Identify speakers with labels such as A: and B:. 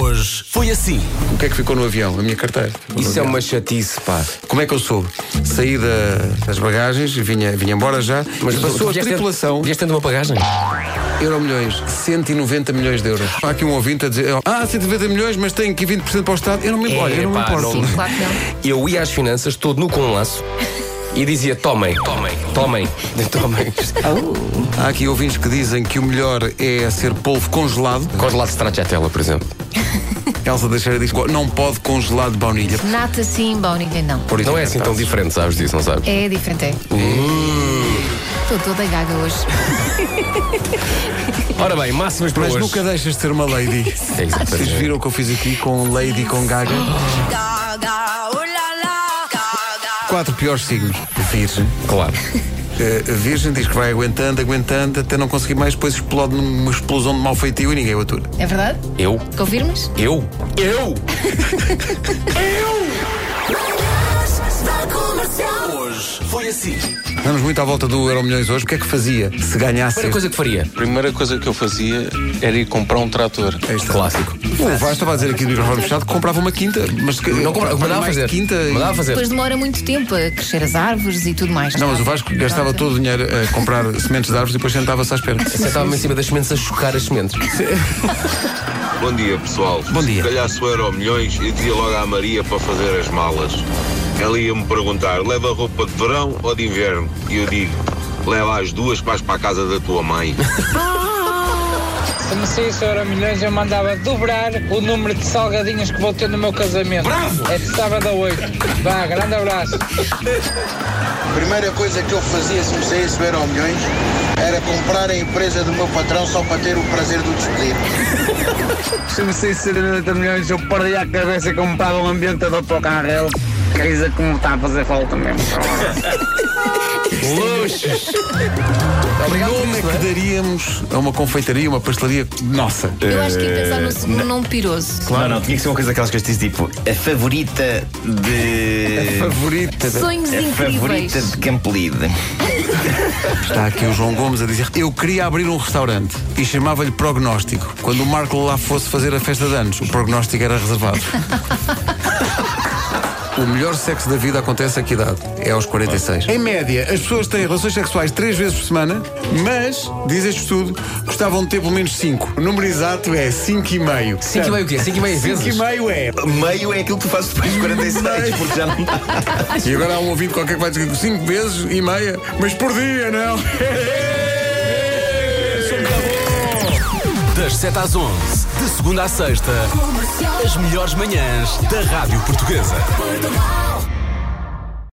A: Hoje foi assim.
B: O que é que ficou no avião? A minha carteira. Ficou no
C: Isso é
B: avião.
C: uma chatice, pá.
B: Como é que eu soube? Saí da- das bagagens, vinha, vinha embora já, mas passou a tripulação,
C: Vieste tendo uma bagagem?
B: euro milhões, 190 milhões de euros. Há aqui um ouvinte a dizer, ah, 190 milhões, mas tem aqui 20% para o Estado. Eu não me importo, eu não me
C: Epá,
B: importo.
C: não-
D: Claro que não.
C: Eu ia às finanças, todo nu com um laço, e dizia: tomem, tomem, tomem, tomem.
B: Há aqui ouvintes que dizem que o melhor é ser polvo congelado.
C: Congelado stracciatella, por exemplo.
B: Elsa Deixeira diz que não pode congelado de baunilha.
D: Nata sim, bom, ninguém não.
B: Por
C: Não é assim tão diferente, sabes disso, não sabes?
D: É diferente. é.
B: Hum.
D: Estou toda gaga hoje.
C: Ora bem, máximas para
B: Mas
C: hoje.
B: nunca deixas de ser uma lady.
C: É isso,
B: Vocês viram o que eu fiz aqui com Lady com Gaga?
E: Gaga, ooh la la, Gaga.
B: Quatro piores signos. Virgem.
C: Claro.
B: Eh, A Virgem diz que vai aguentando, aguentando, até não conseguir mais, depois explode numa explosão de mau feitio e ninguém o atura.
D: É verdade?
C: Eu?
D: Confirmas?
C: Eu? Eu?
E: Manhãs da Comercial.
A: Hoje foi assim.
B: Damos muito à volta do Euro Milhões hoje. O que é que fazia se ganhasse?
C: Primeira coisa que faria.
F: A primeira coisa que eu fazia era ir comprar um trator.
C: Clássico.
B: O Vasco estava a dizer aqui no microfone fechado que comprava uma quinta, mas que,
C: Não compra, mandava
B: mais
C: fazer.
B: quinta. e-
C: Mandava fazer.
D: Depois demora muito tempo a crescer as árvores e tudo mais.
B: Não, mas o Vasco gastava todo o dinheiro a comprar sementes de árvores e depois sentava-se à espera.
C: Sentava-me em cima das sementes a chocar as sementes.
G: Bom dia, pessoal.
B: Bom dia.
G: Se calhasse o euro milhões, eu dizia logo à Maria para fazer as malas. Ela ia-me perguntar, leva roupa de verão ou de inverno? E eu digo, leva as duas que vais para a casa da tua mãe.
H: Se me saísse euro milhões, eu mandava dobrar o número de salgadinhos que vou ter no meu casamento. Bravo! É de sábado a 8. Vá, grande abraço.
I: primeira coisa que eu fazia se me saísse o Euro Milhões era comprar a empresa do meu patrão só para ter o prazer de o despedir.
H: Se me saísse 70 milhões, eu perdia a cabeça e comprava um ambientador para o carro. Crise como está a fazer falta mesmo.
C: Luxos! Obrigado por
B: Como
C: isso,
B: é que
C: não é?
B: daríamos a uma confeitaria, uma pastelaria nossa?
D: Eu acho que ia pensar
B: eh,
D: no segundo nome piroso.
J: Eh, Claro. Não, não, tinha que ser uma coisa daquelas que eu disse tipo a favorita
C: Eh,
J: de.
B: é Favorita.
D: Sonhos
J: A favorita
D: incríveis.
J: de Campolide.
B: Está aqui o João Gomes a dizer: Eu queria abrir um restaurante e chamava-lhe prognóstico. Quando o Marco lá fosse fazer a festa de anos, o prognóstico era reservado. O melhor sexo da vida acontece a que idade? É aos 46. Em média, as pessoas têm relações sexuais três vezes por semana, mas, diz este estudo, gostavam de ter pelo menos cinco. O número exato é 5,5. e meio.
C: 5 e meio o quê? 5 e meio
B: Cinco e
C: vezes?
B: meio é.
J: Meio é aquilo que tu fazes depois de 46, porque já não dá.
B: E agora há um ouvinte qualquer que vai dizer cinco vezes e meia, mas por dia, não? é?
A: Das 7 às 11, de segunda à sexta, as melhores manhãs da Rádio Portuguesa.